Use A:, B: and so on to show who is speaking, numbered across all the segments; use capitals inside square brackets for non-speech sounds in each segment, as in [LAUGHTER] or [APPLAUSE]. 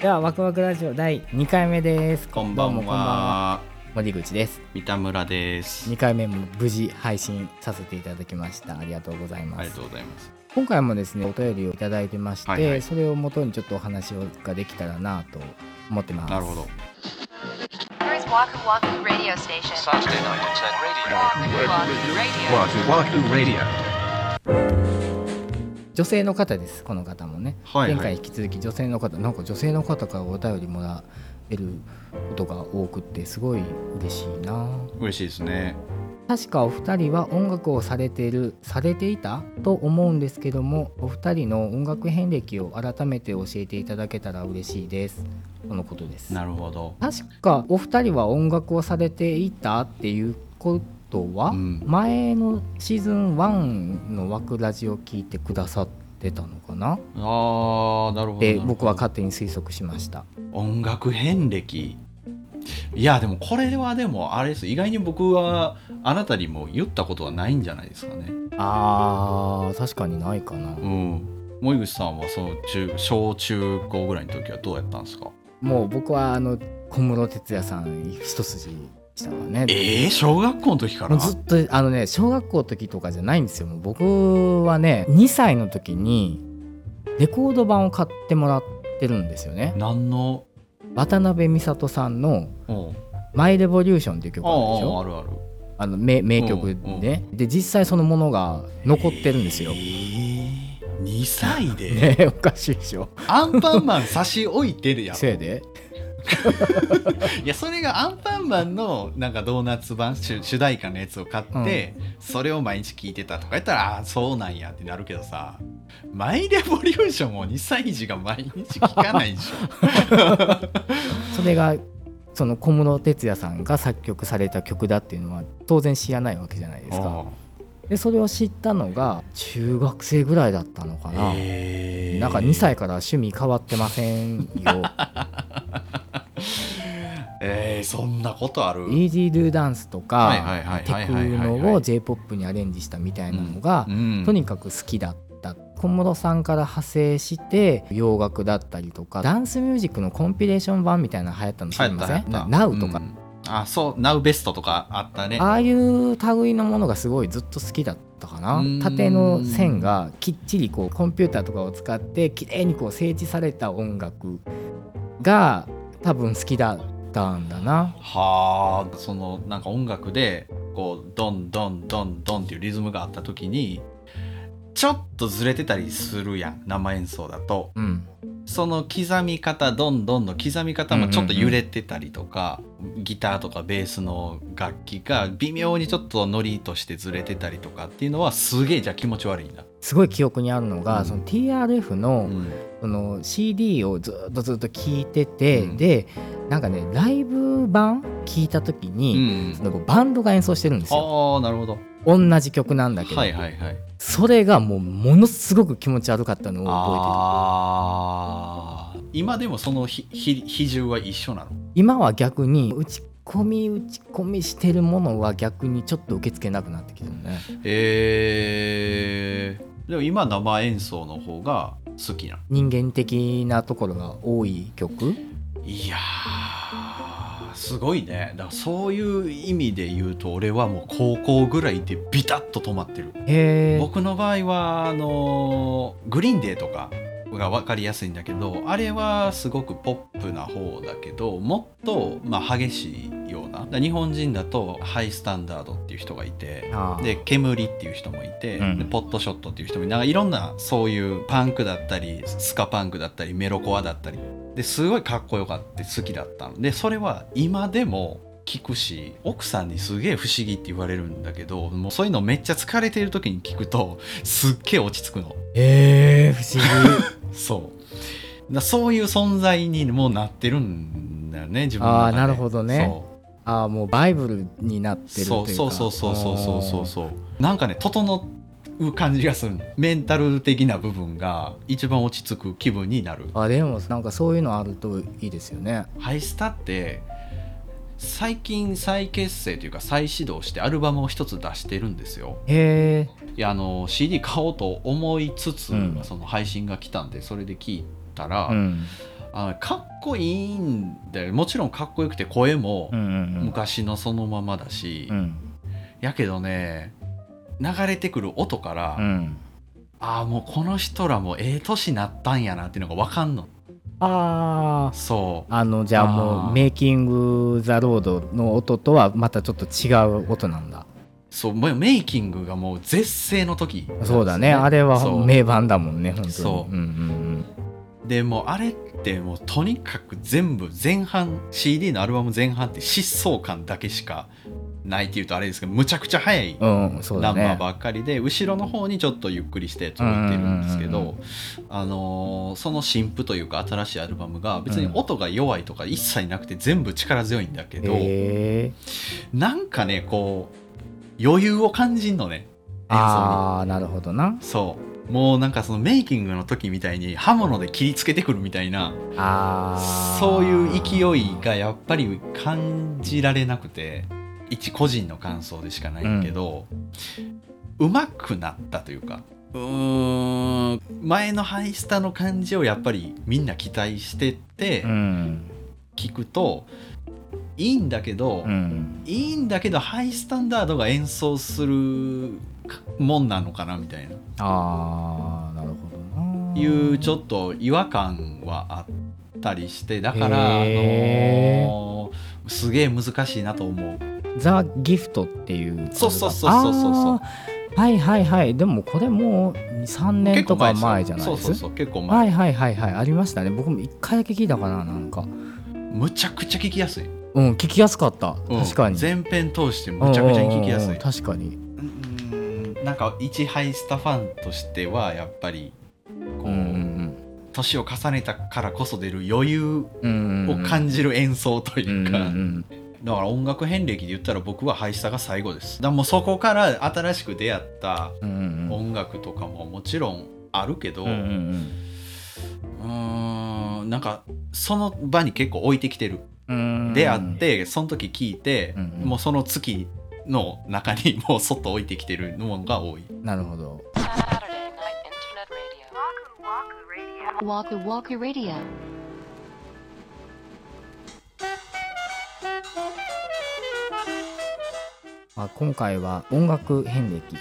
A: ではワクワクラジオ第2回目です
B: こんばん
A: どうもこんばんは
B: は。
A: 森口です
B: 三田村です。
A: 2回目も無事配信させていただきましたありがとうござい
B: あ
A: ま
B: り
A: す
B: がとうございます。
A: 今回もですねお便りをいただいてまして、
B: はいはい
A: それをもとにちょっとお話をができたらなと思ってます
B: なるほど。
C: Here is Waku Waku Radio Station.
D: Saturday night at 10 radio.
C: Waku Waku Radio.
D: Radio.
A: 女性の方ですこの方もね、
B: はいはい
A: 前回引き続き女性の方なんか女性の方からお便りもらえることが多くってすごい嬉しいな
B: 嬉しいですね。
A: 確かお二人は音楽をされているされていたと思うんですけどもお二人の音楽遍歴を改めて教えていただけたら嬉しいですとのことです
B: なるほど。
A: 確かお二人は音楽をされていたっていうことは、
B: うん
A: 前のシーズン1の枠ラジオ聞いてくださってたのかな
B: ああ、なるほど。
A: で
B: なるほど
A: 僕は勝手に推測しました
B: 音楽遍歴。いや、でもこれはでもあれです。意外に僕はあなたにも言ったことはないんじゃないですかね。
A: あー確かにないかな、
B: うん。森口さんはその中小中高ぐらいの時はどうやったんですか
A: もう僕はあの小室哲哉さん一筋でしたからね
B: ええー、小学校の時から
A: もうずっとあのね小学校の時とかじゃないんですよもう僕はね2歳の時にレコード版を買ってもらってるんですよね
B: 何の
A: 渡辺美里さんの
B: おう
A: 「マイ・レボリューション」っていう曲
B: あ
A: あるでし
B: あ、あ
A: ょ
B: るある。
A: あの名名曲
B: うんうん
A: でで実際そのものが残ってるんですよ
B: え。えー、2歳
A: [LAUGHS]
B: で、
A: ねえおかしいでしょ。
B: アンパンマン差し置いてるやん。
A: せいで
B: いやそれがアンパンマンのなんかドーナツ版主主題歌のやつを買って、それを毎日聞いてたとか言ったらああそうなんやってなるけどさ「マイ・レボリューション」を2歳児が毎日聞かないでしょ
A: それがその小室哲哉さんが作曲された曲だっていうのは当然知らないわけじゃない [LAUGHS] ですか。でそれを知ったのが中学生ぐらいだったのかな。
B: え
A: なんか2歳から趣味変わってませ
B: [LAUGHS]
A: んよ。
B: えー、そんなことある
A: イージードゥダンスと
B: はいはいは
A: か
B: い
A: テク
B: はいはい
A: ノ
B: は
A: を
B: い
A: J−POP にアレンジしたみたいなのが、
B: うん
A: とにかく好きだった。小室さんから派生して洋楽だったりとかダンスミュージックのコンピレーション版みたいなの流行ったの知りませんな ?Now とか、
B: うんあそう「ナウベスト」とかあったね
A: ああいう類のものがすごいずっと好きだったかな
B: うん
A: 縦の線がきっちりこうコンピューターとかを使ってきれいにこう整地された音楽が多分好きだったんだな
B: はあそのなんか音楽でこうドンドンドンドンっていうリズムがあった時にちょっとずれてたりするやん生演奏だと
A: うん
B: その刻み方ドンドンの刻み方もちょっと揺れてたりとか、ギターとかベースの楽器が微妙にちょっとノリとしてずれてたりとかっていうのはすげえじゃあ気持ち悪いんだ、
A: すごい記憶にあるのが、
B: うん
A: その TRF
B: う
A: の,、
B: ん、
A: その CD をずっとずっと聞いてて、
B: うん
A: でなんかねライブ版聞いた時
B: う
A: に、
B: ん
A: そのバンドが演奏してるんですよ
B: ああなるほど
A: 同じ曲なんだけど、
B: はいはいはい
A: それがもうものすごく気持ち悪かったのを覚
B: ああ今でもそのひひ比重は一緒な
A: え
B: の
A: てる今は逆に打ち込み打ち込みしてるものは逆にちょっと受け付けなくなってきてるね
B: えー、でも今生演奏の方が好きな
A: 人間的なところが多い曲
B: いやーすごいねだからそういう意味で言うと俺はもう高校ぐらいでビタッと止まってる
A: へえ
B: 僕の場合はあのーグリーンデーとかが分かりやすいんだけどあれはすごくポップな方だけどもっと、まあ、激しいようなだから日本人だとハイスタンダードっていう人がいて
A: あー
B: で煙っていう人もいて、
A: うん
B: でポットショットっていう人もいてなんかいろんなそういうパンクだったりスカパンクだったりメロコアだったりですごいかっこよかった好きだったのでそれは今でも聞くし奥さんにすげえ不思議って言われるんだけどもうそういうのめっちゃ疲れてる時に聞くとすっげえ落ち着くの
A: へえ不思議 [LAUGHS]
B: そうだそういう存在にもうなってるんだよね自分の中
A: あー
B: で
A: なるほどね
B: そう
A: ああもうバイブルになってるとい
B: そうう
A: か
B: そうそうそうそうそうそうそうなんかね整う感じがするメンタル的な部分が一番落ち着く気分になる
A: あーあでもなんかそういうのあるといいですよね
B: ハイスタって最近再結成というか再始動してアルバムを一つ出してるんですよ
A: へえ
B: いやあの CD 買おうと思いつつ、
A: うん
B: その配信が来たんでそれで聞いたら、
A: うん
B: あのかっこいいんだよもちろんかっこよくて声も
A: うんうん
B: 昔のそのままだし、
A: うんうん
B: やけどね流れてくる音から、
A: うん
B: ああもうこの人らもええ年なったんやなっていうのが分かんの
A: あー
B: そう
A: あのじゃあも
B: あー
A: うメイキング・ザ・ロードの音とはまたちょっと違う音なんだ
B: そうもうメイキングがもう絶世の時なんですよ
A: そうだねあれは
B: そう
A: 名盤だもんね本当に
B: そうん
A: うん
B: でもうあれってもうとにかく全部前半 CD のアルバム前半って疾走感だけしかないっていうとあれですけどむちゃくちゃ速い
A: うんうんそうだ
B: ナンバー
A: ね
B: ばっかりで、後ろの方にちょっとゆっくりして続いてるんですけ
A: うんうん
B: ど、あのーその新譜というか新しいアルバムが別に音が弱いとか一切なくて全部力強いんだけ
A: へ
B: ど、
A: え
B: なんかねこう余裕を感じんのね演奏
A: ああなるほどな
B: にそうもうなんかそのメイキングの時みたいに刃物で切りつけてくるみたいな
A: あー
B: そういう勢いがやっぱり感じられなくて一個人の感想でしかないけど、うまくなったというかうーん前のハイスタの感じをやっぱりみんな期待してって
A: うん
B: 聞くと、いいんだけど、
A: うん
B: いいんだけどハイスタンダードが演奏するもんなのかなみたいな
A: ああなるほどな
B: いうちょっと違和感はあったりしてだから、あ
A: へー
B: のーすげえ難しいなと思う
A: ザ・ギフトっていう
B: そうそうそうそうそうそ
A: あー
B: う
A: はいはいはいでもこれもう3年とか前じゃない
B: そ
A: で
B: う
A: す
B: そうそう結構前、
A: はいはいはいはいありましたね僕も1回だけ聞いたかななんか
B: むちゃくちゃ聞きやすい、
A: うん聞きやすかった
B: うん
A: 確かに
B: 前編通してむちゃくちゃに聞きやすい
A: うんうんうん確かに
B: うんなんか一ハイスタファンとしてはやっぱりこ
A: う
B: う、
A: んうん
B: 年を重ねたからこそ出る余裕
A: うん
B: を感じる演奏と
A: じ
B: いうか、だから音楽遍歴で言ったら僕はハイスタが最後ですだからもうそこから新しく出会った音楽とかももちろんあるけど、うーん、なんかその場に結構置いてきてる、出会ってその時聞いて、
A: うんうん
B: もうその月の中にもうそっと置いてきてるものが多い
A: なるほど
C: Saturday night internet radio. Waku Waku Radio.
A: まあ、今回は音楽遍歴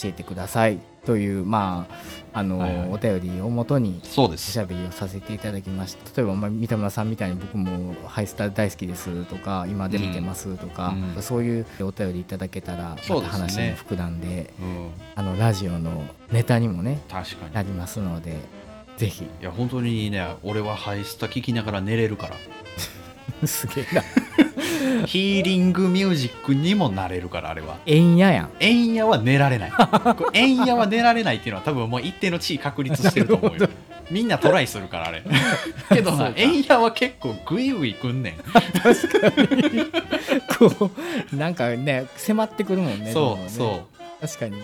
A: 教えてくださいというまああの、
B: はいはい
A: お便りをもとに
B: そうで
A: おしゃべりをさせていただきました例えば、まあ、三田村さんみたいに僕も「ハイスター大好きです」とか「今出ててます」とか、
B: うん
A: そういうお便りいただけたら、
B: そう
A: また
B: ですね
A: 話も膨らんで
B: うん、
A: あのラジオのネタにもね
B: 確かに、、
A: ないりますのでぜひ
B: や本当にね俺はハイスタ聞きながら寝れる [LAUGHS] から
A: すげえ
B: [LAUGHS]
A: な
B: ヒーリングミュージックにもなれるからあれは
A: えんややん
B: えんやは寝られない。これえんやは寝られないっていうのは多分もう一定の地位確立してると思うよ。みんなトライする [LAUGHS] からあれ。けど
A: そ
B: な
A: う、か
B: えんやは結構グイグイくんねん。
A: こうなんかね迫ってくるもんねどんど
B: そ
A: ん
B: う
A: ね
B: そう。
A: 確かに、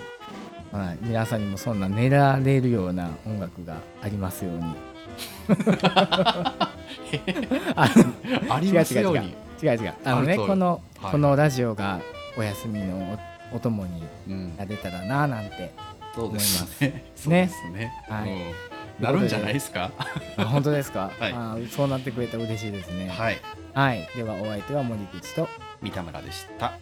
A: はい、皆さんにもそんな寝られるような音楽がありますようにあ
B: ありますように。
A: 違う違うあの
B: あ
A: ね
B: ると
A: この、
B: はい
A: このラジオがお休みのおお供に
B: うん
A: なれたらななんて
B: そうですね。そうで
A: ね
B: すね。
A: はい
B: うんなるんじゃないですか。
A: あ本当ですか、
B: はい
A: あそうなってくれたら嬉しいですね
B: はい。
A: はい、ではお相手は森口と
B: 三田村でした。